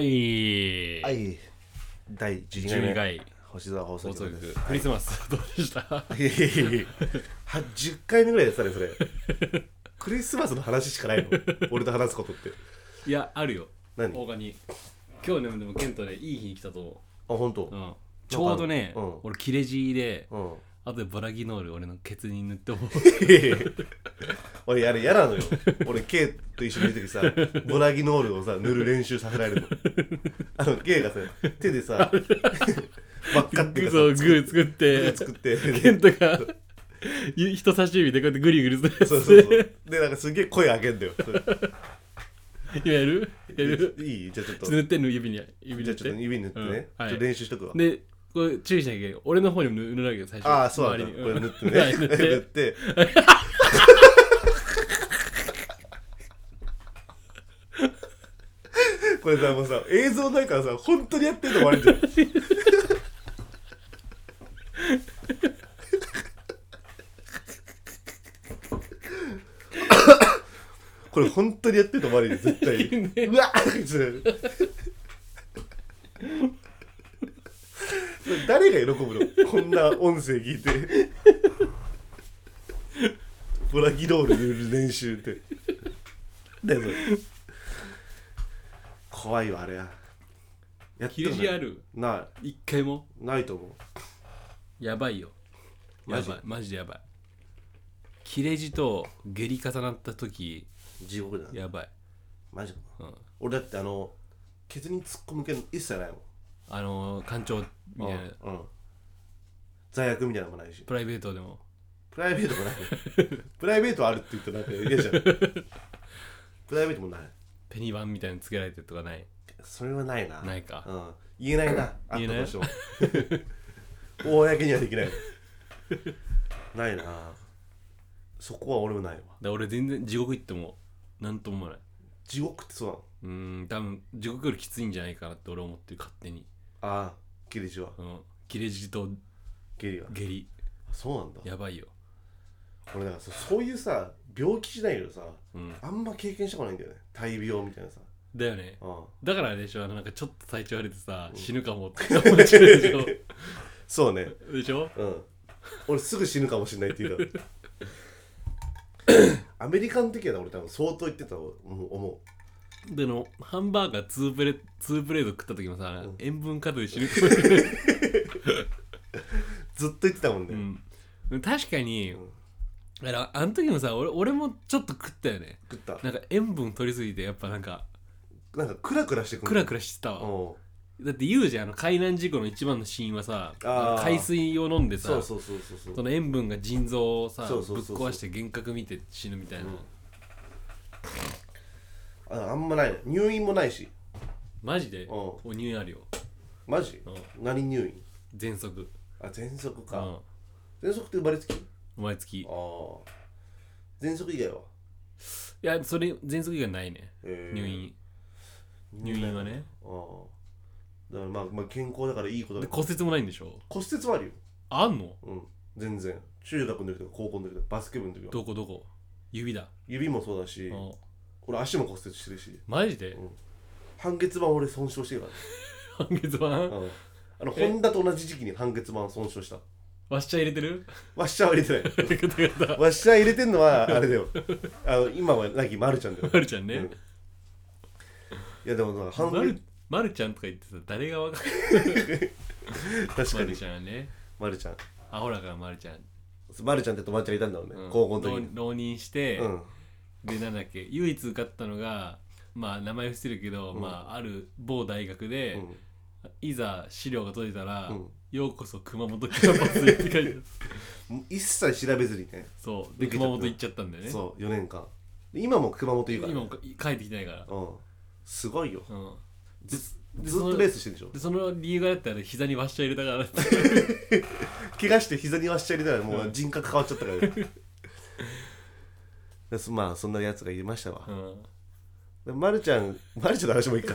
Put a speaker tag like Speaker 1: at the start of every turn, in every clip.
Speaker 1: はい。
Speaker 2: はい、第12回目
Speaker 1: 12回
Speaker 2: 星空放
Speaker 1: 放
Speaker 2: 送
Speaker 1: 送
Speaker 2: 局
Speaker 1: 局
Speaker 2: です。
Speaker 1: クリスマス、 どうでした
Speaker 2: いやいやいやいや は10回目ぐらいやってたねそれクリスマスの話しか ないの俺と話すことって
Speaker 1: いや、あるよ。
Speaker 2: 何あ
Speaker 1: 他に。今日ね、でも、ケントね、いい日に来たと思
Speaker 2: 本当
Speaker 1: う。うん。ちょうどね、
Speaker 2: うん
Speaker 1: 俺、切れ字で、
Speaker 2: うん
Speaker 1: あとでバラギノール、俺のケツに塗ってもらう
Speaker 2: いやいやいや俺あれ嫌なのよ俺 K と一緒にいる時さボラギノールをさ塗る練習させられるのあの K がさ手で さ輪っかって
Speaker 1: グ
Speaker 2: い うかさ
Speaker 1: ーグー作って、
Speaker 2: 作って
Speaker 1: ケントが、ゆ人差し指でこうやってグリグリするやつ。
Speaker 2: そうそうそうでなんかすげえ声上げんだよそれ
Speaker 1: 今やるやる
Speaker 2: いいじゃあちょっと
Speaker 1: 塗ってんの指に、指に
Speaker 2: じ
Speaker 1: 塗っ
Speaker 2: ゃあちょっと
Speaker 1: て。
Speaker 2: 指塗ってね、
Speaker 1: うんはい
Speaker 2: ちょっと練習しとくわ
Speaker 1: で、これ注意しなきゃいけない。俺の方にも塗塗らなきゃ最初。
Speaker 2: ああそう
Speaker 1: 周
Speaker 2: だね
Speaker 1: りに
Speaker 2: これ塗ってね、
Speaker 1: はい塗って
Speaker 2: 塗ってこれさもうさ映像ないからさ本当にやってるの悪いじ ゃんこれ本当にやってるの悪いよ絶対にうわっそれ誰が喜ぶのこんな音声聞いて ボラギドール塗る練習ってだよそれ怖いわあれはやった
Speaker 1: 切れ字ある
Speaker 2: な
Speaker 1: 一回も
Speaker 2: いないと思
Speaker 1: やばいよ
Speaker 2: マ
Speaker 1: や
Speaker 2: ジ
Speaker 1: ばいマジでやばい切れ字と下痢重なった時
Speaker 2: う地獄だな
Speaker 1: やばい、
Speaker 2: マジか
Speaker 1: うん、
Speaker 2: 俺だってあのケツに突っ込む系の一切ないもん
Speaker 1: あのー官庁みたいな
Speaker 2: うんうん罪悪みたいなのもないし
Speaker 1: プライベートでも
Speaker 2: プライベート もないプライベートあるって言ったらなんか嫌じゃんプライベートもない
Speaker 1: ペニバンみたいなのつけられてとかない
Speaker 2: それはないな
Speaker 1: ないか
Speaker 2: うん、言えないなあ っ
Speaker 1: 言え
Speaker 2: た
Speaker 1: ない
Speaker 2: としても 公にはできないないなそこは俺もないわ
Speaker 1: だ俺全然地獄行ってもなんとも思わない
Speaker 2: 地獄ってそうなの
Speaker 1: うーん多分地獄よりきついんじゃないかなって俺思ってる勝手に、
Speaker 2: ああギリジは
Speaker 1: うん、切れ字と
Speaker 2: ギリは
Speaker 1: 下痢
Speaker 2: そうなんだ
Speaker 1: やばいよ、
Speaker 2: 俺なんかそそういうさ病気じゃないけどさ
Speaker 1: うん、
Speaker 2: あんま経験したことないんだよね大病みたいなさ
Speaker 1: だよね
Speaker 2: うん
Speaker 1: だからあれでしょあのなんかちょっと体調悪いとさ、死ぬかもって思っちゃうでし ょ
Speaker 2: そうね
Speaker 1: でしょ
Speaker 2: うん俺すぐ死ぬかもしれないって 言うからアメリカの時はな俺多分相当言ってたと思
Speaker 1: でのハンバーガー2プレ2プレート食った時もさ、
Speaker 2: ん
Speaker 1: 塩分過度で死ぬかもしれ ない、
Speaker 2: うずっと言ってたもんね、
Speaker 1: うん、確かに、だからあの時もさ俺俺もちょっと食ったよね
Speaker 2: 食った
Speaker 1: なんか塩分取りすぎてやっぱなんか
Speaker 2: なんかクラクラしてくる
Speaker 1: クラクラしてたわ、
Speaker 2: うん
Speaker 1: だって言うじゃんあの海難事故の一番の死因はさ
Speaker 2: あー
Speaker 1: 海水を飲んでさ
Speaker 2: そうそうそうそうそう
Speaker 1: その塩分が腎臓をさ
Speaker 2: そうそうそうそう
Speaker 1: ぶっ壊して幻覚見て死ぬみたいな、
Speaker 2: うんああんまないね入院もないし
Speaker 1: マジで
Speaker 2: ん
Speaker 1: お入院あるよ
Speaker 2: マジ、
Speaker 1: う
Speaker 2: 何入院
Speaker 1: 喘息
Speaker 2: あ喘息
Speaker 1: う
Speaker 2: か
Speaker 1: ん
Speaker 2: 喘息って生まれつきあ
Speaker 1: 毎月い
Speaker 2: あ喘息以外は
Speaker 1: やそれ喘息以外ないね
Speaker 2: へー
Speaker 1: 入院入院はね
Speaker 2: ああだからまあ、まあ、健康だからいいこと
Speaker 1: で
Speaker 2: だ
Speaker 1: 骨折もないんでしょ
Speaker 2: 骨折はあるよ
Speaker 1: あんの
Speaker 2: うん全然中学の時とか高校の時とかバスケ部の時は
Speaker 1: どこどこ指だ、
Speaker 2: 指もそうだし
Speaker 1: うん
Speaker 2: 俺足も骨折してるし
Speaker 1: マジで
Speaker 2: うん半月板俺損傷してるか
Speaker 1: 半月板
Speaker 2: ら、うん、あの
Speaker 1: え
Speaker 2: 本田と同じ時期に半月板損傷した
Speaker 1: わっしゃ入れてる
Speaker 2: わっしゃは入れてない
Speaker 1: ガタガタ
Speaker 2: わっしゃ入れてんのはあ れだよあの今はなきまるちゃんだよ、
Speaker 1: まるちゃん
Speaker 2: うん
Speaker 1: ね
Speaker 2: い、やでもなんか半
Speaker 1: まる
Speaker 2: 分
Speaker 1: まるちゃんとか言ってさ誰がわかる
Speaker 2: 確
Speaker 1: ま
Speaker 2: か
Speaker 1: る
Speaker 2: に
Speaker 1: ちゃんはね
Speaker 2: まるちゃん
Speaker 1: アホだからまるちゃん、
Speaker 2: まるちゃんって友達がいたんだろうね、
Speaker 1: うん
Speaker 2: 高校の時に
Speaker 1: 浪浪人して、
Speaker 2: うん
Speaker 1: でなんだっけ唯一受かったのがまあ名前伏せるけど、まあある某大学で、
Speaker 2: うん
Speaker 1: いざ資料が届いたら、
Speaker 2: うん
Speaker 1: ようこそ熊本キャンパスへって書いてある
Speaker 2: もう一切調べずにね
Speaker 1: そうで
Speaker 2: 受けちゃ
Speaker 1: 熊
Speaker 2: った
Speaker 1: 本行っちゃったんだよね
Speaker 2: そう4年間で今も熊本言うから、
Speaker 1: 今
Speaker 2: ね、
Speaker 1: も帰ってきてないから、
Speaker 2: うんすごいよ
Speaker 1: うん、
Speaker 2: ず
Speaker 1: で
Speaker 2: ずっ
Speaker 1: その
Speaker 2: とレースしてるでしょ
Speaker 1: でその理由があったら膝にわっしゃ入れたからって
Speaker 2: 怪我して膝にわしちゃ入れたらもう人格変わっちゃ ったから、ねでそまあそんなやつがいましたわ、
Speaker 1: うん
Speaker 2: でまるちゃんまるちゃんの話も いいか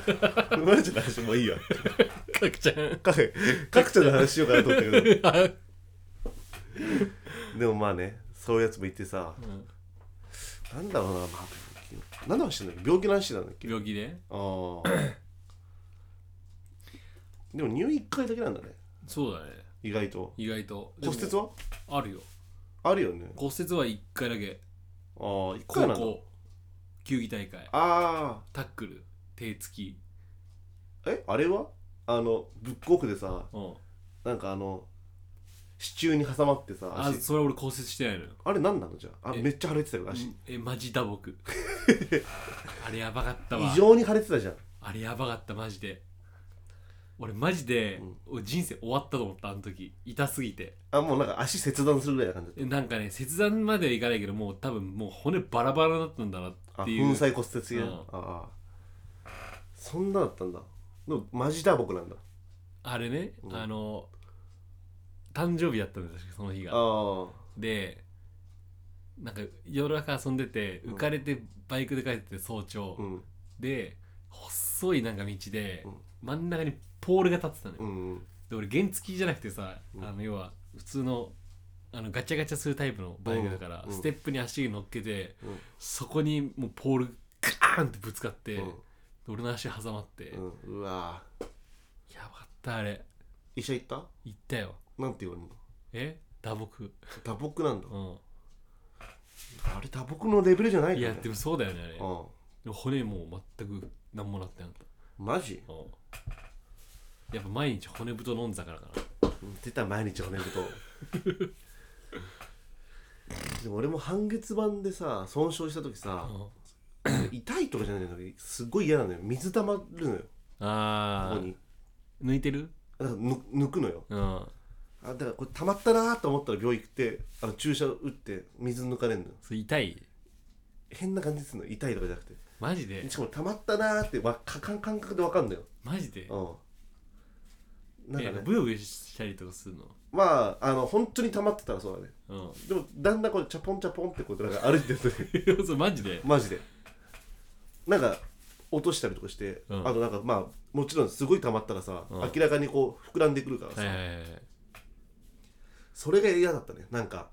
Speaker 2: まるちゃんの話もいいわ
Speaker 1: かくちゃ ん
Speaker 2: カフェ角ちゃんの話しようかなと思ったけ
Speaker 1: あ
Speaker 2: どでもまあねそういうやつもいてさ
Speaker 1: うん
Speaker 2: な んだろうな、まあ、何の話してんだっけ病気の話してたんだっけ
Speaker 1: 病気で
Speaker 2: ああでも入院1回だけなんだね
Speaker 1: そうだね
Speaker 2: 意外と
Speaker 1: 意外とでも
Speaker 2: 骨折は
Speaker 1: あるよ
Speaker 2: あるよね
Speaker 1: 骨折は1回だけ
Speaker 2: ああ1
Speaker 1: 高
Speaker 2: 回なんだ
Speaker 1: 校球技大会
Speaker 2: あ
Speaker 1: タックル手つき
Speaker 2: あえあれはあのブックオフでさ
Speaker 1: うん
Speaker 2: なんかあの支柱に挟まってさ
Speaker 1: あ
Speaker 2: 足
Speaker 1: それ俺骨折してないのよ
Speaker 2: あれ何なのじゃああ
Speaker 1: え
Speaker 2: めっちゃ腫れてたよ足
Speaker 1: うんえマジ打撲 あれやばかったわ
Speaker 2: 異常に腫れてたじゃん
Speaker 1: あれやばかったマジで俺マジで、
Speaker 2: うん
Speaker 1: 俺人生終わったと思ったあの時痛すぎて
Speaker 2: あもうなんか足切断するぐらいな感じだ
Speaker 1: え
Speaker 2: っ
Speaker 1: なんかね切断まではいかないけどもう多分もう骨バラバラだったんだなった
Speaker 2: あ
Speaker 1: て
Speaker 2: 粉
Speaker 1: いう
Speaker 2: 砕骨折的な
Speaker 1: うん
Speaker 2: ああそんなだったんだでもマジ打撲なんだ
Speaker 1: あれね、
Speaker 2: うん
Speaker 1: あの誕生日だったんですよその日
Speaker 2: あ
Speaker 1: が
Speaker 2: あ
Speaker 1: でなんか夜中遊んでて
Speaker 2: うん
Speaker 1: 浮かれてバイクで帰ってて早朝、
Speaker 2: うん
Speaker 1: で細いなんか道で
Speaker 2: うん
Speaker 1: 真ん中にポールが立ってたのよ、
Speaker 2: うん
Speaker 1: で俺原付きじゃなくてさ、
Speaker 2: うん
Speaker 1: あの要は普通のあのガチャガチャするタイプのバイクだから、
Speaker 2: うん
Speaker 1: ステップに足乗っけて、
Speaker 2: うん
Speaker 1: そこにもうポールガーンってぶつかって、
Speaker 2: うん
Speaker 1: 俺の足挟まって、
Speaker 2: うんうわぁ
Speaker 1: やばかったあれ
Speaker 2: 医者行った
Speaker 1: 行ったよ
Speaker 2: なんて言われるの
Speaker 1: え打撲
Speaker 2: 打撲なんだ
Speaker 1: う
Speaker 2: あれ打撲のレベルじゃない
Speaker 1: んい
Speaker 2: から
Speaker 1: や
Speaker 2: ね
Speaker 1: でもそうだよねあれで
Speaker 2: うん
Speaker 1: も骨もう全く何もなってなかっ
Speaker 2: マジ
Speaker 1: たうんやっぱ毎日骨太飲んでたからかな
Speaker 2: 出た毎日骨太 でも俺も半月板でさ損傷した時さ
Speaker 1: うん
Speaker 2: 痛いとかじゃないんだけどすごい嫌なのよ水溜まるのよこ
Speaker 1: あ
Speaker 2: こ
Speaker 1: ー
Speaker 2: に
Speaker 1: 抜いてる
Speaker 2: だからぬ抜くのよ
Speaker 1: うん
Speaker 2: あだからこれ溜まったなーと思ったら病院行ってあの注射打って水抜かれんのよ
Speaker 1: それ痛い
Speaker 2: 変な感じするの痛いとかじゃなくて
Speaker 1: マジで
Speaker 2: しかも溜まったなーってわか感感覚で分かんのよ
Speaker 1: マジで
Speaker 2: うんなん
Speaker 1: えな
Speaker 2: か
Speaker 1: んか
Speaker 2: ね
Speaker 1: ブヨブヨしたりとかするの
Speaker 2: まああの本当に溜まってたらそうだね
Speaker 1: うん
Speaker 2: でもだんだんこうチャポンチャポンってこうなんか歩いてる とね
Speaker 1: それマジで
Speaker 2: マジでなんか落としたりとかして、
Speaker 1: うん
Speaker 2: あとなんかまあもちろんすごい溜まったらさ、
Speaker 1: うん
Speaker 2: 明らかにこう膨らんでくるからさ、
Speaker 1: はいはいはいはい
Speaker 2: それが嫌だったねなんか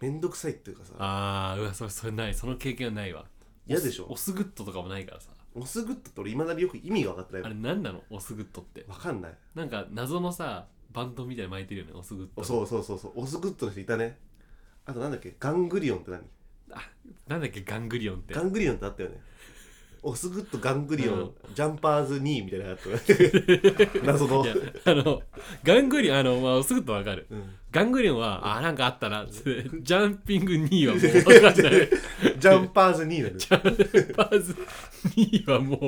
Speaker 2: めんどくさいっていうかさ
Speaker 1: ああうわそれそれないその経験はないわ
Speaker 2: 嫌でしょ
Speaker 1: オスグッドとかもないからさ
Speaker 2: オスグッドって俺いまだによく意味が分かってない
Speaker 1: あ
Speaker 2: わ
Speaker 1: れ何なのオスグッドって
Speaker 2: 分かんない
Speaker 1: なんか謎のさバンドみたいなの巻いてるよねオスグッド
Speaker 2: そうそうそうそうオスグッドの人いたねあとなんだっけガングリオンって何
Speaker 1: あなんだっけガングリオンって
Speaker 2: ガングリオンってあったよねオスグッドガングリオン、
Speaker 1: う
Speaker 2: ジャンパーズ2みたいなのがあったよね 謎の
Speaker 1: いやあのガングリオンあの、まあ、オスグッドわかる、
Speaker 2: うん
Speaker 1: ガングリオンはあなんかあったなつってジャンピング2はもうわかんない
Speaker 2: ジャンパーズ2だね
Speaker 1: パーズ2はもう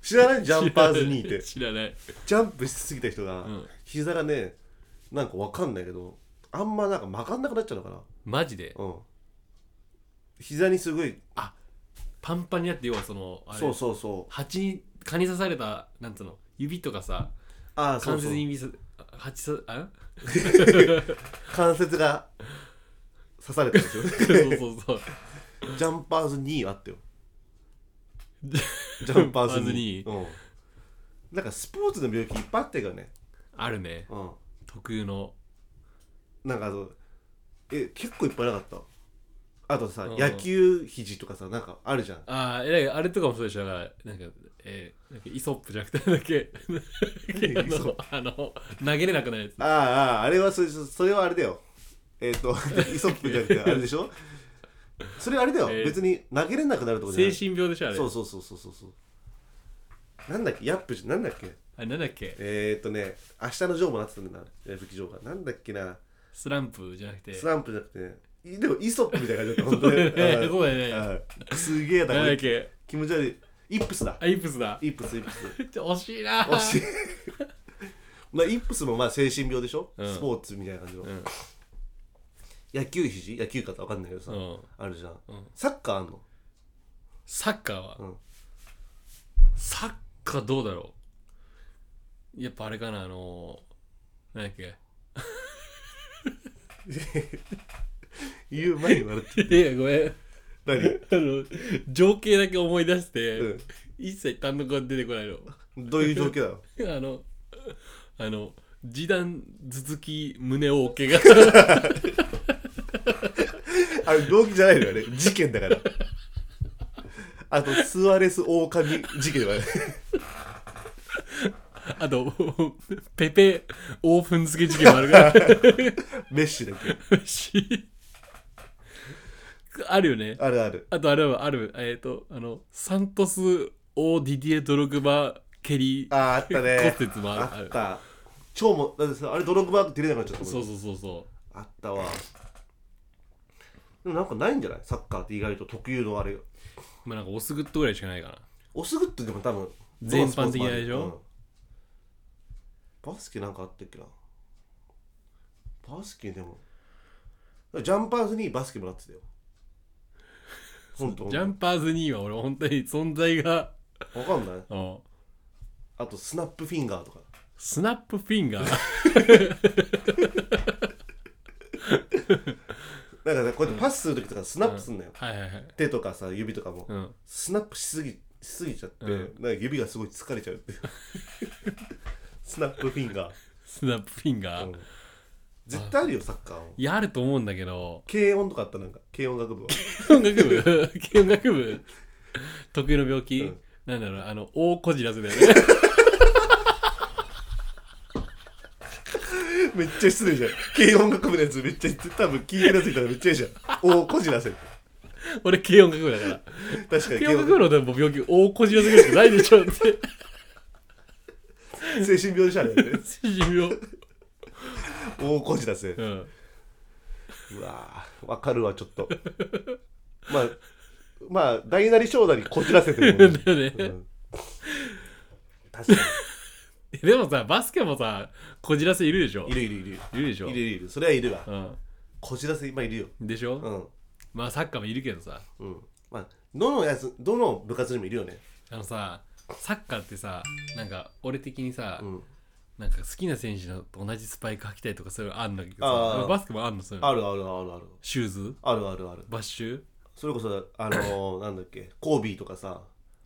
Speaker 2: 知らないジャンパーズ2って
Speaker 1: 知らない
Speaker 2: ジャンプしすぎた人が、
Speaker 1: うん
Speaker 2: 膝がねなんかわかんないけどあんまなんか曲がんなくなっちゃうのかな
Speaker 1: マジで
Speaker 2: うん膝にすごい
Speaker 1: あパンパンになって要はそのあれ
Speaker 2: そうそうそう
Speaker 1: 蜂に蚊に刺されたなんつうの指とかさ
Speaker 2: ああそ
Speaker 1: 関
Speaker 2: うそう
Speaker 1: 節に指さあ蜂さあ
Speaker 2: 関節が刺されたんですよ
Speaker 1: そうそうそう
Speaker 2: ジャンパーズ2あっ たよジャンパーズ 2,
Speaker 1: ジャン
Speaker 2: うんなんかスポーツの病気いっぱいあったけどね
Speaker 1: あるね
Speaker 2: うん
Speaker 1: 特有の
Speaker 2: なんかあのえ結構いっぱいなかったあとさ
Speaker 1: うん
Speaker 2: 野球肘とかさなんかあるじゃん
Speaker 1: ああえらいあれとかもそうでしょだからなんかえー、なんかイソップじゃなくてなんだっけなんだっけ あのあの投げれなくなるやつ
Speaker 2: あああああれはそれそれはあれだよ えっ、とイソップじゃなくてあれでしょそれあれだよ、
Speaker 1: えー
Speaker 2: 別に投げれなくなるとかじゃな
Speaker 1: 精
Speaker 2: い
Speaker 1: 神病でしょあれ
Speaker 2: そうそうそうそうそうそうなんだっけヤップじゃなんだっけ
Speaker 1: あれなんだっけ
Speaker 2: えっ、ー、とね明日のジョーもなってたんだな矢吹ジョーがなんだっけな
Speaker 1: スランプじゃなくて
Speaker 2: スランプじゃなくていで もイソップみたいな感じだった本
Speaker 1: そ
Speaker 2: 当
Speaker 1: う
Speaker 2: に
Speaker 1: だよね
Speaker 2: うん
Speaker 1: そうだよね
Speaker 2: うんすげえだ
Speaker 1: なんだっ
Speaker 2: これ
Speaker 1: け
Speaker 2: 気持ち悪いイップスだ
Speaker 1: あイプスだ
Speaker 2: イップスイップス
Speaker 1: ちょ惜しいな
Speaker 2: 惜しい まあイップスもまあ精神病でしょ、
Speaker 1: うん
Speaker 2: スポーツみたいな感じの、
Speaker 1: ん
Speaker 2: 野球肘野球かわかんないけどさ、
Speaker 1: うん
Speaker 2: あるじゃん、
Speaker 1: ん
Speaker 2: サッカーあんの
Speaker 1: サッカーは、
Speaker 2: うん
Speaker 1: サッカーどうだろうやっぱあれかなあのー、なんだっ け
Speaker 2: 言う前に 笑って
Speaker 1: いやごめん
Speaker 2: 何、
Speaker 1: あの情景だけ思い出して、
Speaker 2: う
Speaker 1: 一切単独が出てこないの
Speaker 2: ん、どういう状況だろ
Speaker 1: あのあの示談続き胸をおけ が
Speaker 2: うあれ動機じゃないのよね事件だからあとスアレス狼事件だからね
Speaker 1: あと、ペペオープン漬け事件もあるから。
Speaker 2: メッシだっけ
Speaker 1: しあるよね。
Speaker 2: あるある
Speaker 1: あとあれはある、えっ、と、あの、サントス・オー・ディディエ・ドログバ・ケリー
Speaker 2: あーあったね
Speaker 1: 骨折もある
Speaker 2: あった超もだってさあれドログバーって出れなくなっちゃったもん
Speaker 1: そうそうそうそ
Speaker 2: あったわでもなんかないんじゃないサッカーって意外と特有のあれ
Speaker 1: う。まあなんか、オスグッドぐらいしかないかな。
Speaker 2: オスグッドでも多分
Speaker 1: 全般的なあれでしょ、
Speaker 2: うんバスケなんかあったっけなバスケでもジャンパーズにバスケもらってたよ本当
Speaker 1: ジャンパーズ2は俺、本当に存在が、
Speaker 2: わかんない
Speaker 1: うん
Speaker 2: あとスナップフィンガーとか
Speaker 1: スナップフィンガー。
Speaker 2: なんかねこうやってパスする時とかスナップすんだよ、
Speaker 1: はいはいはい。
Speaker 2: 手とかさ指とかも、
Speaker 1: うん。
Speaker 2: スナップしすぎしすぎちゃって、
Speaker 1: うん
Speaker 2: なんか指がすごい疲れちゃうって スナップフィンガー、
Speaker 1: スナップフィンガー。
Speaker 2: うん絶対あるよサッカーも
Speaker 1: いや、あると思うんだけど、
Speaker 2: 軽音とかあったなんか軽音楽部は
Speaker 1: 音楽部 音楽部特有の病気、
Speaker 2: うん
Speaker 1: なんだろうあの大こじらせだよね
Speaker 2: めっちゃ失礼じゃん軽音楽部のやつめっちゃ多分聞いてるやついたらめっちゃいいじゃん大こじらせる
Speaker 1: 俺軽音楽部だから
Speaker 2: 確かに
Speaker 1: 軽
Speaker 2: 軽
Speaker 1: 音
Speaker 2: 音
Speaker 1: 楽部のでも病気大こじらせぐらいしかないでしょって
Speaker 2: 精神病でしゃね
Speaker 1: 精神病
Speaker 2: 大こじらせ
Speaker 1: う
Speaker 2: うんわーわかるわちょっとまあまあ大なり小なりこじらせてるも んね、
Speaker 1: だよね、
Speaker 2: うん、確か
Speaker 1: でもさバスケもさこじらせいるでしょ
Speaker 2: にいるいるいる
Speaker 1: いるでしょ
Speaker 2: いるいるいるそれはいるわ
Speaker 1: うん
Speaker 2: こじらせ今いるよ
Speaker 1: でしょ、
Speaker 2: うん
Speaker 1: まあサッカーもいるけどさ
Speaker 2: うんまあどのやつどの部活にもいるよね
Speaker 1: あのさサッカーってさなんか俺的にさ、
Speaker 2: うん
Speaker 1: なんか好きな選手のと同じスパイク履きたいとかそういうのあんだけど
Speaker 2: あ
Speaker 1: さ
Speaker 2: ー
Speaker 1: バスケもあんのそういうの
Speaker 2: あるあるあるある
Speaker 1: シューズ
Speaker 2: あるあるある
Speaker 1: バッシュ
Speaker 2: それこそあのー なんだっけコービーとかさ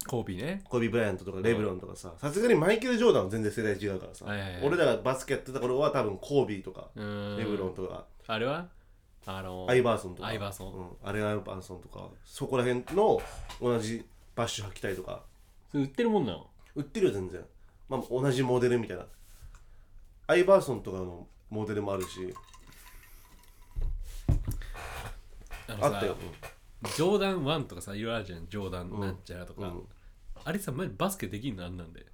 Speaker 1: コービーね
Speaker 2: コービー・ブライアントとかレブロンとかささすがにマイケル・ジョーダンは全然世代違うからさ、
Speaker 1: はいはいはい
Speaker 2: 俺らがバスケやってた頃は多分コービーとか
Speaker 1: うーん
Speaker 2: レブロンとか
Speaker 1: あれはあの
Speaker 2: アイバーソンとか
Speaker 1: アイバーソン
Speaker 2: うん、アレン・アイバーソンとかそこら辺の同じバッシュ履きたいとか
Speaker 1: それ売ってるもんなの
Speaker 2: 売ってるよ全然、まあ、同じモデルみたいなアイバーソンとかのモデルもあるし
Speaker 1: あの
Speaker 2: あ
Speaker 1: さ
Speaker 2: ったよ、
Speaker 1: ジョーダン1とかさいろいろあるじゃんジョーダン
Speaker 2: うん
Speaker 1: なんちゃらとか、
Speaker 2: うん
Speaker 1: あれさマジバスケできんのあんなんで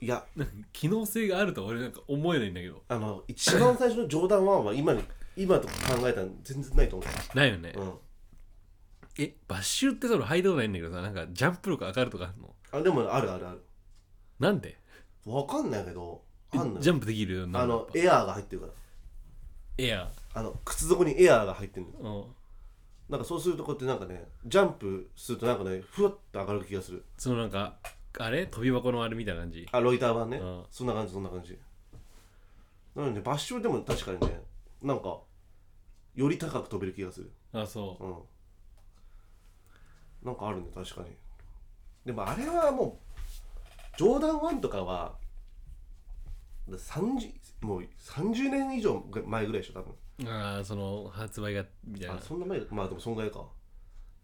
Speaker 2: いや
Speaker 1: なんか機能性があるとは俺なんか思えないんだけど
Speaker 2: あの一番最初のジョーダン1は今に今と考えたら全然ないと思
Speaker 1: ないよね、
Speaker 2: う、うん
Speaker 1: えバッシュってそれ履いたことないんだけどさなんかジャンプ力上がるとかあるの
Speaker 2: あでもあるあるある
Speaker 1: なんで
Speaker 2: わかんないけど
Speaker 1: え
Speaker 2: あんの
Speaker 1: ジ
Speaker 2: よ
Speaker 1: ャンプできるようにな
Speaker 2: あ
Speaker 1: る
Speaker 2: の
Speaker 1: の
Speaker 2: エアーが入ってるから
Speaker 1: エア
Speaker 2: あの靴底にエアーが入ってるのよ
Speaker 1: うん
Speaker 2: なんかそうするとこうやってなんかねジャンプするとなんかねふわっと上がる気がする
Speaker 1: そのなんかあれ飛び箱のあれみたいな感じ
Speaker 2: あロイター版ね、
Speaker 1: うん
Speaker 2: そんな感じそんな感じなのでバッシュでも確かにねなんかより高く飛べる気がする
Speaker 1: あそう
Speaker 2: うんなんかあるね確かにでもあれはもうジョーダン1とかは30もう30年以上前ぐらいでしょ多分
Speaker 1: あーその発売がみたいな
Speaker 2: あそんな前かまあでもそんぐらいか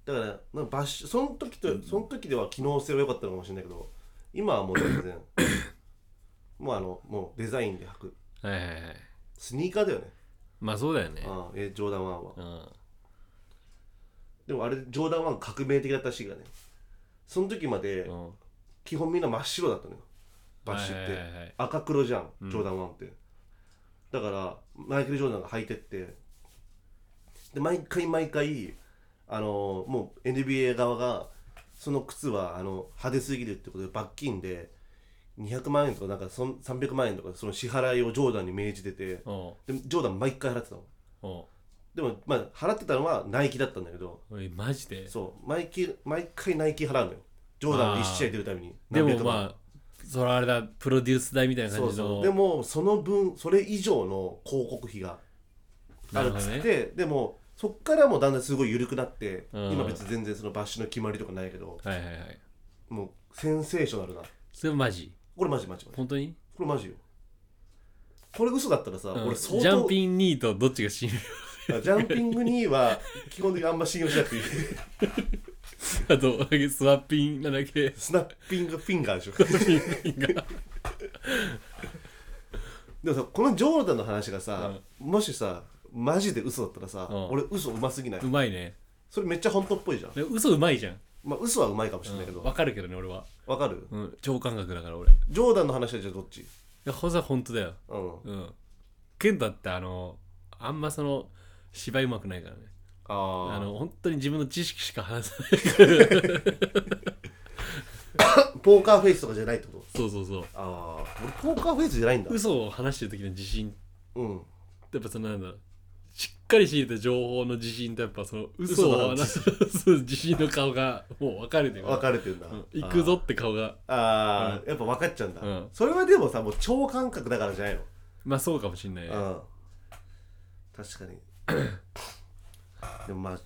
Speaker 2: だからなんかバッシュその時とその時では機能性は良かったのかもしれないけど今はもう全然 もうあのもうデザインで履く
Speaker 1: はいはいはい
Speaker 2: スニーカーだよね
Speaker 1: まあそうだよね
Speaker 2: ああえジョーダン1は
Speaker 1: うん
Speaker 2: でもあれジョーダン1革命的だったらしいからねその時まで、
Speaker 1: うん
Speaker 2: 基本みんな真っ白だったのよバッシュって、
Speaker 1: はいはいはいはい
Speaker 2: 赤黒じゃんジョーダン1って、だからマイケル・ジョーダンが履いてってで毎回毎回あのーもう NBA 側がその靴はあの派手すぎるってことで罰金で200万円とかなんかそん300万円とかその支払いをジョーダンに命じてて
Speaker 1: おう
Speaker 2: でジョーダン毎回払ってたの
Speaker 1: おう
Speaker 2: でもまあ払ってたのはナイキだったんだけど
Speaker 1: えマジで
Speaker 2: そう毎回毎回ナイキ払うのよジョーダン1試合出るために
Speaker 1: で
Speaker 2: 何
Speaker 1: も
Speaker 2: 百万
Speaker 1: まあそれあれだプロデュース代みたいな
Speaker 2: そ
Speaker 1: 感
Speaker 2: う
Speaker 1: じの
Speaker 2: そうでもその分それ以上の広告費があるっつっ
Speaker 1: なるほ
Speaker 2: て、でもそっからもうだんだんすごい緩くなって、
Speaker 1: うん
Speaker 2: 今別に全然そのバッシュの決まりとかないけど
Speaker 1: はいはいはい
Speaker 2: もうセンセーショナルな
Speaker 1: それマジ
Speaker 2: これマジマジマジこ
Speaker 1: 本当に、
Speaker 2: れマジよこれ嘘だったらさ、
Speaker 1: うん
Speaker 2: 俺
Speaker 1: ジ
Speaker 2: 相当
Speaker 1: ャンピングニーとどっちが死ぬ
Speaker 2: あジャンピングには基本的にあんま信用し なくていい
Speaker 1: あとスワッピンなんだっけ
Speaker 2: スナッピングフィンガーでしょ
Speaker 1: スワッピンが
Speaker 2: でもさこのジョーダンの話がさ、もしさマジで嘘だったらさ、
Speaker 1: うん
Speaker 2: 俺嘘うますぎない、
Speaker 1: うまいね
Speaker 2: それめっちゃ本当っぽいじゃん
Speaker 1: で嘘うまいじゃん
Speaker 2: まあ嘘はうまいかもしれないけど
Speaker 1: わかるけどね俺は、
Speaker 2: わかる
Speaker 1: うん、超感覚だから俺い
Speaker 2: ジョーダンの話はじゃあどっち
Speaker 1: やほざ本当だよ
Speaker 2: うん
Speaker 1: うん健太ってあのあんまその芝居うまくないからね
Speaker 2: あ
Speaker 1: あ
Speaker 2: ー
Speaker 1: の本当に自分の知識しか話さ ないから
Speaker 2: ポーカーフェイスとかじゃないってこと
Speaker 1: そうそうそう
Speaker 2: ああ俺ポーカーフェイスじゃないんだ
Speaker 1: 嘘を話してる時の自信
Speaker 2: うん
Speaker 1: やっぱそのなんだろうしっかり仕入れた情報の自信とやっぱその嘘を話す 自信の顔がもう分かれてる
Speaker 2: 分かれてんだ、
Speaker 1: うん行くぞって顔が
Speaker 2: あーあー、やっぱ分かっちゃうんだ、
Speaker 1: うん
Speaker 2: それはでもさもう超感覚だからじゃないの、
Speaker 1: まあそうかもしんないね
Speaker 2: うん確か にでもまあ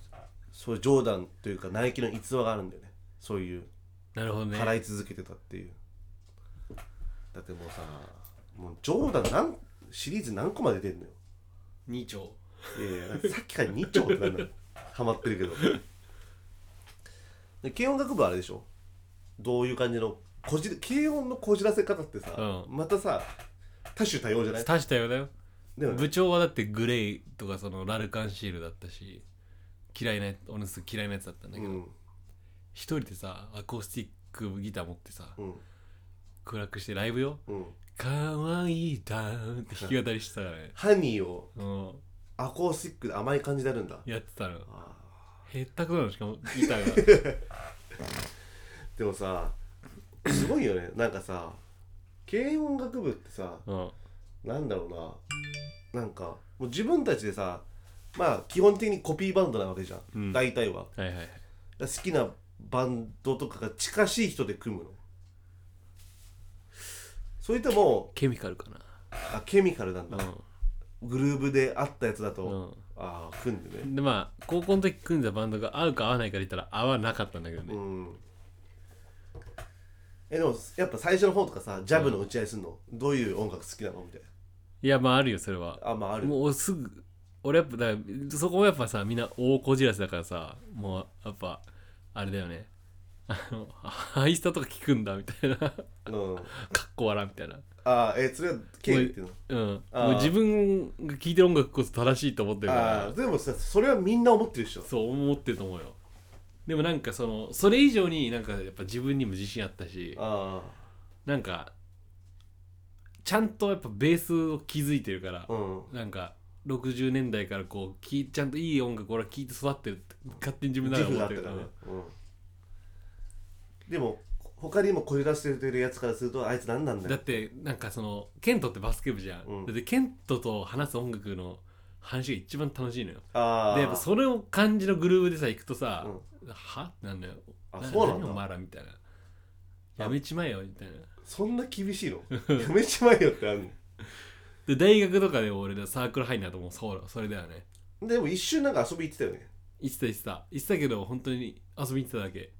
Speaker 2: そういうジョーダンというかナイキの逸話があるんだよねそういう
Speaker 1: なるほどね
Speaker 2: 払い続けてたっていう、だってもうさもうジョーダンなんシリーズ何個まで出てんのよ
Speaker 1: 2兆
Speaker 2: いやいやだってさっきから2丁ってなんだよハマってるけどで軽音楽部はあれでしょどういう感じのこじ軽音のこじらせ方ってさ、
Speaker 1: う
Speaker 2: またさ多種多様じゃない
Speaker 1: 大したよだよ
Speaker 2: でもね
Speaker 1: 部長はだってグレイとかそのラルカンシールだったし嫌いなやつ俺のすぐ嫌いなやつだったんだ
Speaker 2: う
Speaker 1: けど
Speaker 2: ん
Speaker 1: 一人でさアコースティックギター持ってさ
Speaker 2: うん
Speaker 1: 暗くしてライブよ
Speaker 2: うん
Speaker 1: 「かわいいダーン」って弾き語りしてたからね
Speaker 2: ハニーを
Speaker 1: うん
Speaker 2: アコースティックで甘い感じでやるんだ
Speaker 1: やってたの
Speaker 2: あ
Speaker 1: へったくなのしかもギタ ーが
Speaker 2: ーでもさすごいよねなんかさ軽音楽部ってさ
Speaker 1: うん
Speaker 2: なんだろうななんかもう自分たちでさまあ基本的にコピーバンドなわけじゃん、
Speaker 1: うん
Speaker 2: 大体は
Speaker 1: はいはいはい
Speaker 2: 好きなバンドとかが近しい人で組むのそれとも
Speaker 1: ケミカルか
Speaker 2: あケミカルなんだ、
Speaker 1: な
Speaker 2: グルーブで会ったやつだと、
Speaker 1: うん、
Speaker 2: ああ組んで
Speaker 1: う
Speaker 2: ね
Speaker 1: ん、でまあ高校の時組んだバンドが合うか合わないかで言ったら合わなかったんだけど
Speaker 2: う
Speaker 1: ね、
Speaker 2: んえでもやっぱ最初の方とかさジャブの打ち合いするの、どういう音楽好きなのみたい
Speaker 1: いやまああるよそれは
Speaker 2: なあまあある
Speaker 1: もうすぐ俺やっぱだからそこもやっぱさみんな大こじらせだからさもうやっぱあれだよねあのハイスタとか聞くんだみたいなか
Speaker 2: うん、
Speaker 1: っこ笑みたいな
Speaker 2: ああえそれはケミっていうの
Speaker 1: うん
Speaker 2: あー
Speaker 1: もう自分が聴いてる音楽こそ正しいと思ってるか
Speaker 2: ああ
Speaker 1: ら
Speaker 2: でもさそれはみんな思ってるでしょ
Speaker 1: そう思ってると思うよでもなんかそのそれ以上になんかやっぱ自分にも自信あったし
Speaker 2: あ
Speaker 1: なんかちゃんとやっぱベースを築いてるから
Speaker 2: あうん
Speaker 1: なんか60年代からこうきちゃんといい音楽俺は聴いて育ってるって勝手に自分ながら思
Speaker 2: 自負があ
Speaker 1: っ
Speaker 2: ってた
Speaker 1: る
Speaker 2: か
Speaker 1: からら、
Speaker 2: ね、うん、でも他にもこじらせてるやつからするとあいつ何なんだ
Speaker 1: だ
Speaker 2: よ
Speaker 1: ってなんかそのケントってバスケ部じゃん、
Speaker 2: うん
Speaker 1: だってケントと話す音楽の話が一番楽しいのよ
Speaker 2: ああ
Speaker 1: でやっぱそれを感じのグルーブでさ行くとさ、はってなんだよ
Speaker 2: あそうなんだ
Speaker 1: 何お前らみたいなやめちまえよみたいな
Speaker 2: そんな厳しいの やめちまえよってある
Speaker 1: で大学とかで俺らサークル入んなともうそうそれだよね
Speaker 2: のでも一瞬なんか遊び行ってたよね
Speaker 1: 言ってた言ってた言ってたけど本当に遊びに行ってただけ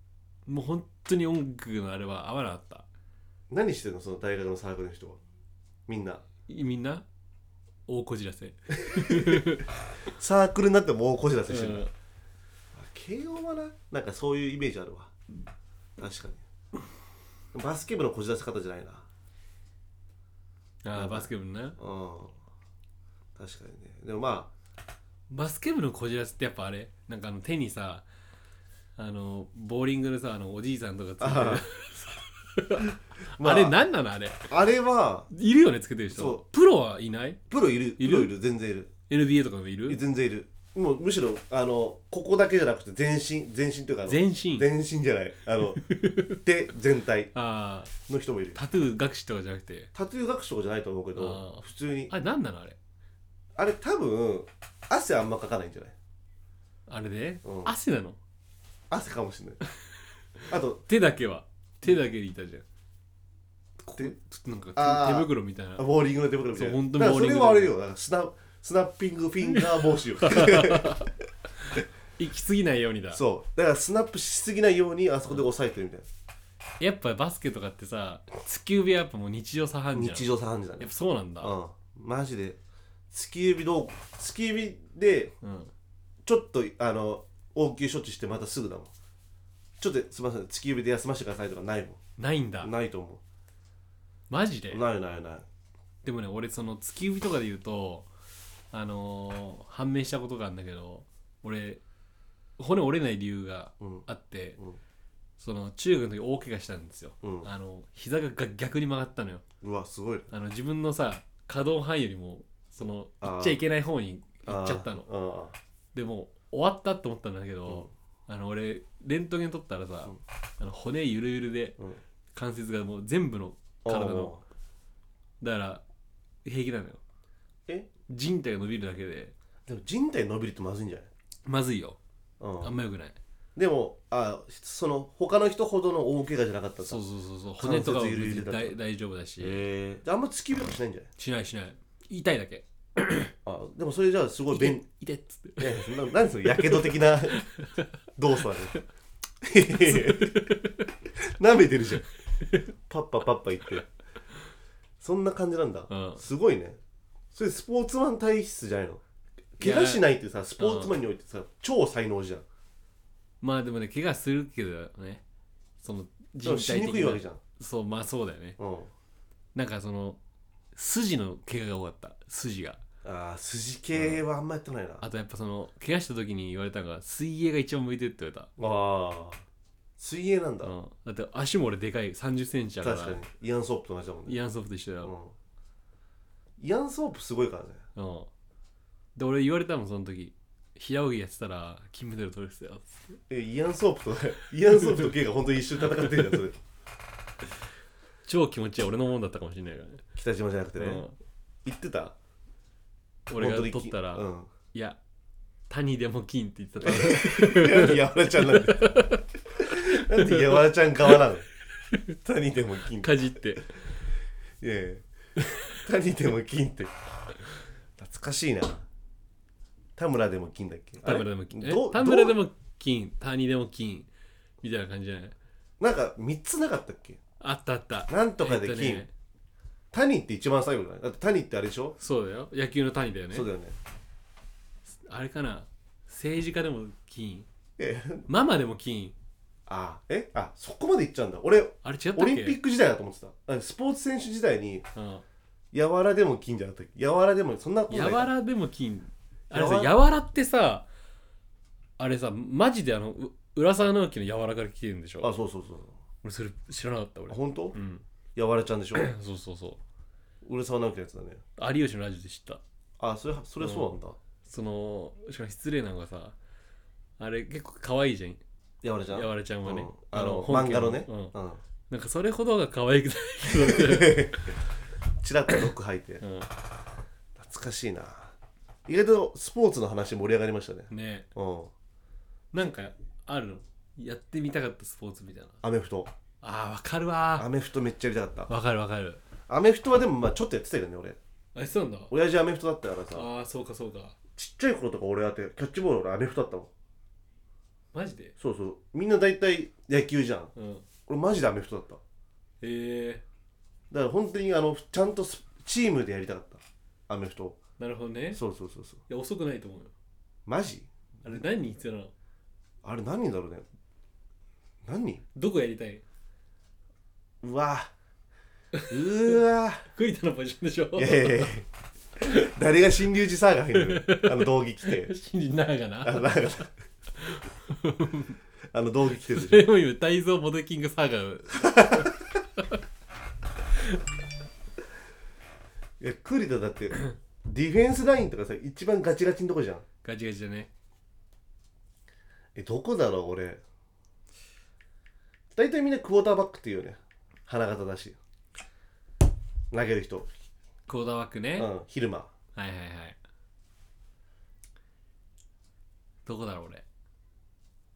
Speaker 1: もう本当に音楽のあれは合わなかった
Speaker 2: 何してんのその大学のサークルの人はみんない
Speaker 1: みんな大こじらせ、
Speaker 2: サークルになってもうこじらせしてる、
Speaker 1: うん
Speaker 2: 慶応はななんかそういうイメージあるわ確かにバスケ部のこじらせ方じゃないな
Speaker 1: ああバスケ部のな
Speaker 2: うん確かにねでもま
Speaker 1: バスケ部のこじらせってやっぱあれなんかあの手にさあのボーリングのさあのおじいさんとかつ
Speaker 2: あ
Speaker 1: けてる
Speaker 2: あ ま
Speaker 1: あれ何なのあれ
Speaker 2: あれはい
Speaker 1: るよねつけてる
Speaker 2: そ
Speaker 1: 人プロはいない
Speaker 2: プロいる
Speaker 1: いる
Speaker 2: プロいる全然いる
Speaker 1: ?NBA とかもいる
Speaker 2: 全然いるもうむしろあのここだけじゃなくて全身全身というかあの
Speaker 1: 全身
Speaker 2: 全身じゃないあの 手全体
Speaker 1: ああ
Speaker 2: の人もいる
Speaker 1: タトゥー学士とかじゃなくて
Speaker 2: タトゥー学習じゃないと思うけ
Speaker 1: あ
Speaker 2: ど
Speaker 1: ー
Speaker 2: 普通に
Speaker 1: あれ何なのあれ
Speaker 2: あれ多分汗あんまかかないんじゃない
Speaker 1: あれで、
Speaker 2: うん
Speaker 1: 汗なの
Speaker 2: 汗かもしれない あと
Speaker 1: 手だけは手だけでいたじゃんこ
Speaker 2: 手
Speaker 1: うちょっとなんか
Speaker 2: あ
Speaker 1: 手
Speaker 2: ー
Speaker 1: 手袋みたいな
Speaker 2: ボーリングの手袋みたいな
Speaker 1: そう本当
Speaker 2: だか
Speaker 1: ボ
Speaker 2: ら
Speaker 1: ーリング
Speaker 2: それはあれよだからスナスナッピングフィンガー帽 子よ
Speaker 1: 行き過ぎないようにだ
Speaker 2: そうだからスナップしすぎないようにあそこで押さえてるみたい
Speaker 1: やっぱバスケとかってさ突き指はやっぱもう日常茶飯
Speaker 2: な
Speaker 1: 事じ
Speaker 2: 日
Speaker 1: ゃん
Speaker 2: 常茶飯事だね
Speaker 1: やっぱそうなんだ
Speaker 2: うんマジで突き指どう突き指で
Speaker 1: うん
Speaker 2: ちょっとあの応急処置してまたすぐだもんちょっとすみません突き指で休ませてくださいとかないも
Speaker 1: ないんだ
Speaker 2: んないと思
Speaker 1: マジで
Speaker 2: うないないない
Speaker 1: でもね俺その月指とかで言うとあのー判明したことがあるんだけど俺骨折れない理由が
Speaker 2: うん
Speaker 1: あって、
Speaker 2: うん
Speaker 1: その中学の時大怪我したんですよ、
Speaker 2: うん
Speaker 1: あの膝がが逆に曲がったのよ
Speaker 2: うわすごい
Speaker 1: あの自分のさ可動範囲よりもその行っちゃいけない方に行っちゃったの
Speaker 2: の
Speaker 1: でも終わったと思ったんだけど、あの俺レントゲン撮ったらさ、
Speaker 2: う
Speaker 1: あ
Speaker 2: ん
Speaker 1: の骨ゆるゆるで
Speaker 2: うん
Speaker 1: 関節がもう全部の 体のだから平気なのよ
Speaker 2: え
Speaker 1: 人体が伸びるだけで
Speaker 2: でも人体伸びるってまずいんじゃない
Speaker 1: まずいよ
Speaker 2: うん
Speaker 1: あんまよくない
Speaker 2: でもあその他の人ほどの大怪我じゃなかった
Speaker 1: そう
Speaker 2: う
Speaker 1: そうそうそう骨とかは別
Speaker 2: 関節ゆるゆ
Speaker 1: に
Speaker 2: るだった
Speaker 1: 大大丈夫だし、
Speaker 2: へえあんま突き指とかしないんじゃない
Speaker 1: しないしない痛いだけ
Speaker 2: あでもそれじゃあすごい
Speaker 1: 痛
Speaker 2: 便
Speaker 1: い痛いっつって
Speaker 2: 利ねななんですやけど的な動作あるなめてるじゃんパッパパッパ言ってそんな感じなんだ、
Speaker 1: うん
Speaker 2: すごいねそれスポーツマン体質じゃないの
Speaker 1: いや
Speaker 2: 怪我しないってさスポーツマンにおいてさ超才能じゃん
Speaker 1: まあでもね怪我するけどねその
Speaker 2: で
Speaker 1: 人
Speaker 2: も
Speaker 1: 体
Speaker 2: しにくいわけじゃん
Speaker 1: そうまあそうだよね
Speaker 2: うん
Speaker 1: なんかその筋の怪我が多かった筋が
Speaker 2: あー筋系はあんまやってないな、
Speaker 1: あとやっぱその怪我した時に言われたのが水泳が一番向いてるって言われた
Speaker 2: ああ水泳なんだ、
Speaker 1: うん、だって足も俺でかい3 0ンチあるから
Speaker 2: 確かにイアン・ソープと同じだもんね
Speaker 1: イアンソープと一緒だよ、
Speaker 2: うん、イアン・ソープすごいからね
Speaker 1: うんで俺言われたもんその時平泳ぎやってたら金メダル取れてたよ
Speaker 2: えイアン・ソープと イアン・ソープとケイが本当に一緒に戦ってるじゃんそれ
Speaker 1: 超気持ちいい俺のもんだったかもしれないからね
Speaker 2: 北島じゃなくてね、
Speaker 1: うん
Speaker 2: 言ってた
Speaker 1: 俺が
Speaker 2: 本当に
Speaker 1: 取ったら、
Speaker 2: うん、
Speaker 1: いや谷でも金って言ってた
Speaker 2: なん でヤワラちゃんなんでなんでヤワラちゃん側な の谷でも金い
Speaker 1: かじって
Speaker 2: やいや谷でも金って懐かしいな田村でも金だっけ
Speaker 1: 田村でも金
Speaker 2: あ
Speaker 1: え
Speaker 2: れど
Speaker 1: 田村で
Speaker 2: ど
Speaker 1: も金谷でも金みたいな感じじゃないう
Speaker 2: なんか3つなかったっけ
Speaker 1: あったあった
Speaker 2: なんとかで
Speaker 1: えっ
Speaker 2: 金
Speaker 1: ね、
Speaker 2: 谷って一番最後じゃないだって谷ってあれでしょ、
Speaker 1: そうだよ野球の谷だよね
Speaker 2: そうだよね
Speaker 1: あれかな政治家でも金
Speaker 2: え
Speaker 1: ママでも金
Speaker 2: あえあそこまでいっちゃうんだ俺
Speaker 1: あれ違ったっけ
Speaker 2: オリンピック時代だと思ってたあスポーツ選手時代に
Speaker 1: うん
Speaker 2: 柔らでも金じゃなかったっけ柔らでもそんなことな
Speaker 1: や
Speaker 2: い
Speaker 1: わらでも金あれさ
Speaker 2: やわ
Speaker 1: やわらってさあれさマジであのう浦沢直樹のやわらから来てるんでし
Speaker 2: あ
Speaker 1: ょ
Speaker 2: そうそうそう
Speaker 1: 俺それ知らなかった俺
Speaker 2: 本当、
Speaker 1: うん
Speaker 2: 柔らちゃん でしょ
Speaker 1: そうそうそ
Speaker 2: 俺沢直樹のやつだね
Speaker 1: う有吉のラジオで知った
Speaker 2: あそれそれそうなんだ、
Speaker 1: そのしかも失礼なのがさあれ結構可愛いじゃん
Speaker 2: 柔らちゃん
Speaker 1: やわらちゃんはね、
Speaker 2: うんあの
Speaker 1: 本
Speaker 2: 漫
Speaker 1: 家
Speaker 2: 画のね、
Speaker 1: うん
Speaker 2: うん
Speaker 1: なんかそれほどが可愛くない
Speaker 2: チラッと毒吐いて
Speaker 1: けど、
Speaker 2: 懐かしいな意外とスポーツの話盛り上がりましたね
Speaker 1: うん、ね
Speaker 2: うん
Speaker 1: なんかあるのやってみたかったスポーツみたいな
Speaker 2: アメフト
Speaker 1: あーわかるわ
Speaker 2: アメフトめっちゃやりたかっ
Speaker 1: ーわかるわかる
Speaker 2: たアメフトはでもまあちょっとやってたよね俺
Speaker 1: あそうなんだ
Speaker 2: 親父アメフトだったからさ
Speaker 1: ああそうかそうか
Speaker 2: ちっちゃい頃とか俺だってキャッチボール俺アメフトだったもん
Speaker 1: マジで
Speaker 2: そうそうみんな大体野球じゃん
Speaker 1: うん
Speaker 2: 俺マジでアメフトだった
Speaker 1: へえ
Speaker 2: だから本当にあのちゃんとスチームでやりたかったアメフト
Speaker 1: なるほどね
Speaker 2: そうそうそうそう
Speaker 1: いや遅くないと思うよ
Speaker 2: マジ
Speaker 1: あれ何人必要なの
Speaker 2: あれ何人だろうね何人
Speaker 1: どこやりたいう
Speaker 2: わうーわ
Speaker 1: 栗田のポジションでしょ
Speaker 2: いやいやいや誰が新龍寺サーガー入るのあの道着着て
Speaker 1: 新人長が
Speaker 2: あの
Speaker 1: な
Speaker 2: なんかあの道着着てる
Speaker 1: そ
Speaker 2: でしょ
Speaker 1: れも今大蔵モデキングサガ
Speaker 2: いや栗田だってディフェンスラインとかさ一番ガチガチのとこじゃん
Speaker 1: ガチガチだね
Speaker 2: えどこだろう俺大体みんなクォーターバックっていうよね花形だし投げる人、
Speaker 1: コーダーワーク
Speaker 2: う
Speaker 1: ね、はい
Speaker 2: ん、昼間
Speaker 1: はいはいどこだろう俺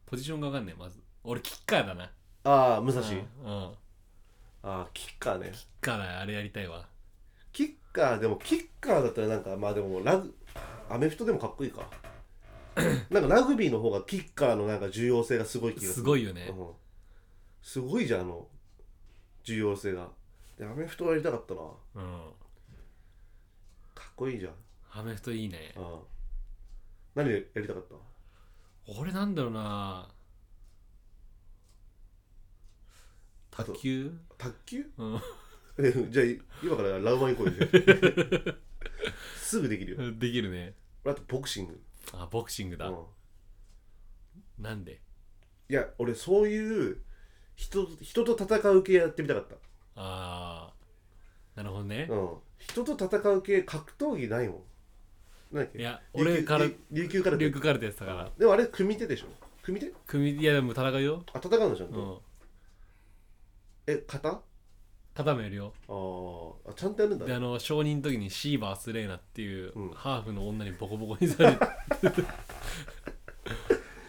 Speaker 1: ポジションがわかんないまず俺キッカーだな
Speaker 2: ああ武蔵、
Speaker 1: うん、うん
Speaker 2: ああキッカーね
Speaker 1: キッカーだあれやりたいわ
Speaker 2: キッカーでもキッカーだったらなんかまあでもラグアメフトでもかっこい いかなんかラグビーの方がキッカーのなんか重要性がすごい気がする
Speaker 1: すごいよね
Speaker 2: うん、すごいじゃんあの重要性がでアメフトはやりたかったなか
Speaker 1: うん
Speaker 2: っこいいじゃん、
Speaker 1: アメフトいいね
Speaker 2: うん、何やりたかった
Speaker 1: 俺なんだろうな
Speaker 2: あと
Speaker 1: 卓球
Speaker 2: 卓球
Speaker 1: うん
Speaker 2: えじゃあ今からラウマン行こうよ すぐできるよ
Speaker 1: できるね
Speaker 2: あとボクシング、
Speaker 1: あボクシング
Speaker 2: う
Speaker 1: だ、
Speaker 2: ん、
Speaker 1: なんで
Speaker 2: いや俺そういう人人と戦う系やってみたかった、
Speaker 1: ああなるほどね、
Speaker 2: うん、人と戦う系格闘技ないもん何だっけ
Speaker 1: いや
Speaker 2: 琉球
Speaker 1: 俺から
Speaker 2: 琉琉球から
Speaker 1: リュックカルテやってたから
Speaker 2: でもあれ組手でしょ組手
Speaker 1: 組いやでも戦うよ、
Speaker 2: あ戦うのじゃん
Speaker 1: う
Speaker 2: と、
Speaker 1: ん、
Speaker 2: え型あ
Speaker 1: 肩もやるよ
Speaker 2: ーあちゃんとやるんだ
Speaker 1: であの承認の時にシーバースレーナっていう、
Speaker 2: うん
Speaker 1: ハーフの女にボコボコにさ れて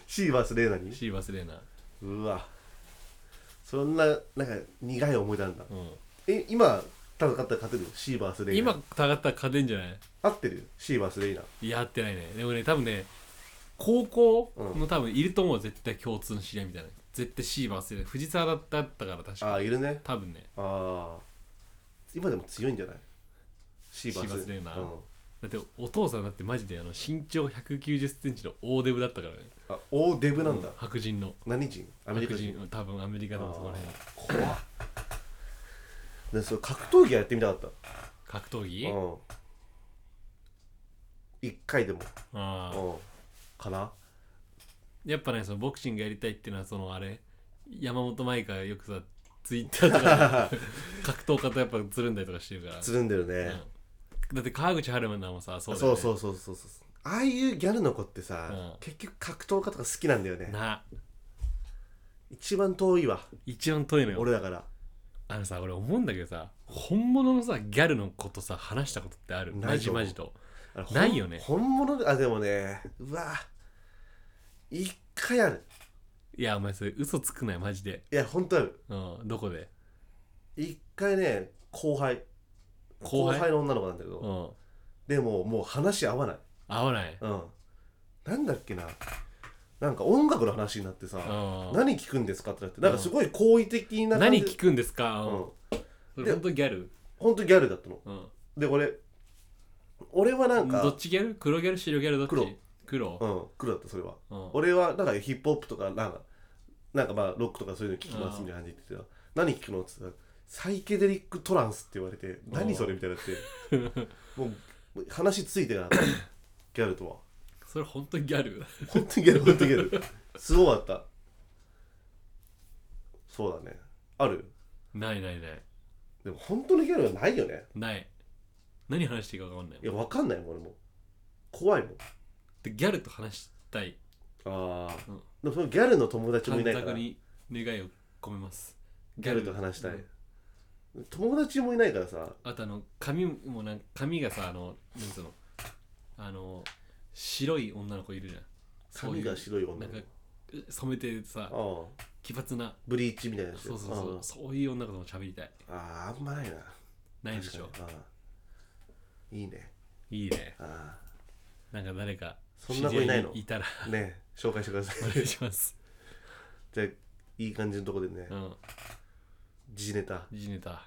Speaker 2: シーバスレーナに
Speaker 1: シーバースレーナ
Speaker 2: うわそんななんか苦い思い出なんだ
Speaker 1: うん
Speaker 2: え今戦ったら勝てるシーバスレーナ
Speaker 1: 今戦ったら勝てんじゃない
Speaker 2: 合ってるシーバスレーナ
Speaker 1: いや合ってないねでもね多分ね高校
Speaker 2: う
Speaker 1: の多分いると思う絶対共通の知り合いみたいな絶対シーバースレーナ藤沢だったから確
Speaker 2: あ
Speaker 1: か
Speaker 2: あいるね
Speaker 1: 多分ね
Speaker 2: ああ今でも強いんじゃないシーバス
Speaker 1: シーバスレーナ
Speaker 2: うん、
Speaker 1: だってお父さんだってマジであの身長1 9 0ンチの大デブだったからね
Speaker 2: あ大デブなんだ、
Speaker 1: うん白人の
Speaker 2: 何人アメリカ
Speaker 1: 白
Speaker 2: 人
Speaker 1: 人多分アメリカ
Speaker 2: あ
Speaker 1: のそこら辺
Speaker 2: ー怖っでそれ格闘技やってみたかった
Speaker 1: 格闘技
Speaker 2: うん一回でも
Speaker 1: ああ
Speaker 2: うんかな
Speaker 1: やっぱねそのボクシングやりたいっていうのはそのあれ山本舞香がよくさツイッターとかで 格闘家とやっぱつるんだりとかしてるから、
Speaker 2: つるんでるね
Speaker 1: うんだって川口春奈もさそうだ
Speaker 2: そ
Speaker 1: よ
Speaker 2: う
Speaker 1: ね
Speaker 2: そうそうそうそうああいうギャルの子ってさ、
Speaker 1: うん
Speaker 2: 結局格闘家とか好きなんだよね
Speaker 1: な
Speaker 2: 一番遠いわ
Speaker 1: 一番遠いのよ
Speaker 2: 俺だから
Speaker 1: あのさ俺思うんだけどさ本物のさギャルの子とさ話したことってある
Speaker 2: な
Speaker 1: マ
Speaker 2: い
Speaker 1: ジ
Speaker 2: と思う
Speaker 1: マジと
Speaker 2: あれほん
Speaker 1: ないよね
Speaker 2: 本物であでもねうわ一回ある
Speaker 1: いやお前それ嘘つくなよマジで、
Speaker 2: いや本当ある
Speaker 1: うん、どこで
Speaker 2: 一回ね後輩
Speaker 1: 後輩
Speaker 2: の女の子なんだけど、
Speaker 1: うん
Speaker 2: でももう話合わない
Speaker 1: 合わない
Speaker 2: うんなんだっけななんか音楽の話になってさ、
Speaker 1: うん
Speaker 2: 何聞くんですかってなってなんかすごい好意的な感じ
Speaker 1: 何聞くんですか、
Speaker 2: う
Speaker 1: うんん、それ本当ギャル、
Speaker 2: 本当ギャルだったの
Speaker 1: うん、
Speaker 2: で俺俺はなんか
Speaker 1: どっちギャル黒ギャル白ギャルどっち
Speaker 2: 黒
Speaker 1: 黒
Speaker 2: うん黒だったそれは
Speaker 1: うん
Speaker 2: 俺はなんかヒップホップとかなんかなんかまあロックとかそういうの聞きますみたいな感じで言ってた何聞くのって言ったらサイケデリックトランスって言われて何それみたいになってもう話ついてなかったギャルとは
Speaker 1: それ本当にギャル
Speaker 2: 本当にギャル本当にギャルすごかったそうだねある
Speaker 1: ないないない
Speaker 2: でも本当のギャルはないよね
Speaker 1: ない何話していいか分かんない
Speaker 2: いやわかんないもん俺も怖いもん
Speaker 1: でギャルと話したい
Speaker 2: ああ、
Speaker 1: うん
Speaker 2: でもそのギャルの友達も
Speaker 1: 短
Speaker 2: いないから
Speaker 1: 冊に願いを込めます
Speaker 2: ギャルと話したい、
Speaker 1: うん
Speaker 2: 友達もいないからさ
Speaker 1: あとあの髪もなん髪がさあのなんつうのあの白い女の子いるじゃんそうい
Speaker 2: 髪
Speaker 1: う
Speaker 2: が白い女
Speaker 1: な
Speaker 2: の
Speaker 1: ん
Speaker 2: 子
Speaker 1: か染めてさ
Speaker 2: ああ
Speaker 1: 奇抜な
Speaker 2: ブリーチみたいなやつ
Speaker 1: そうそうそう、
Speaker 2: ん
Speaker 1: そういう女の子とも喋りたい
Speaker 2: あああんまないな
Speaker 1: ないでしょ
Speaker 2: 確かにああいいね
Speaker 1: いいね
Speaker 2: あ
Speaker 1: なんか誰か
Speaker 2: そんな子いないの
Speaker 1: 知り合いたら
Speaker 2: あね紹介してくださ
Speaker 1: お
Speaker 2: い
Speaker 1: 願いします
Speaker 2: じゃあいい感じのとこでね
Speaker 1: うん
Speaker 2: 時事ネタ
Speaker 1: 時事ネタ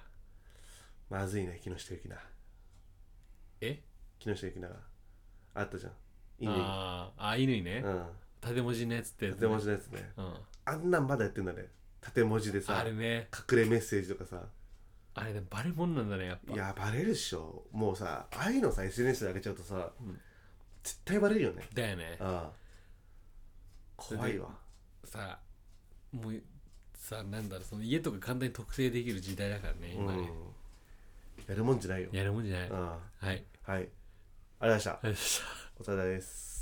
Speaker 2: まずいね木下ゆきな
Speaker 1: え
Speaker 2: 木下ゆきながあったじゃんいいね
Speaker 1: あーあ犬ね、
Speaker 2: うん
Speaker 1: 縦文字のやつってやつね
Speaker 2: 縦文字のやつね
Speaker 1: うん、
Speaker 2: あんなんまだやってんだね縦文字で
Speaker 1: あ
Speaker 2: さ
Speaker 1: れね
Speaker 2: 隠れメッセージとかさ
Speaker 1: あれねバレモンなんだねやっぱ
Speaker 2: いやバレるっしょもうさああいうのさ SNS で上げちゃうとさ、
Speaker 1: うん
Speaker 2: 絶対バレるよね
Speaker 1: だよね
Speaker 2: ああ怖いわ
Speaker 1: さもうさなんだろうその家とか簡単に特定できる時代だからね
Speaker 2: う
Speaker 1: 今
Speaker 2: ん
Speaker 1: ね、
Speaker 2: やるもんじゃないよ
Speaker 1: やるもんじゃない、
Speaker 2: あ
Speaker 1: はい
Speaker 2: あはいありがとうございました
Speaker 1: ありがとうございました
Speaker 2: お疲れ様です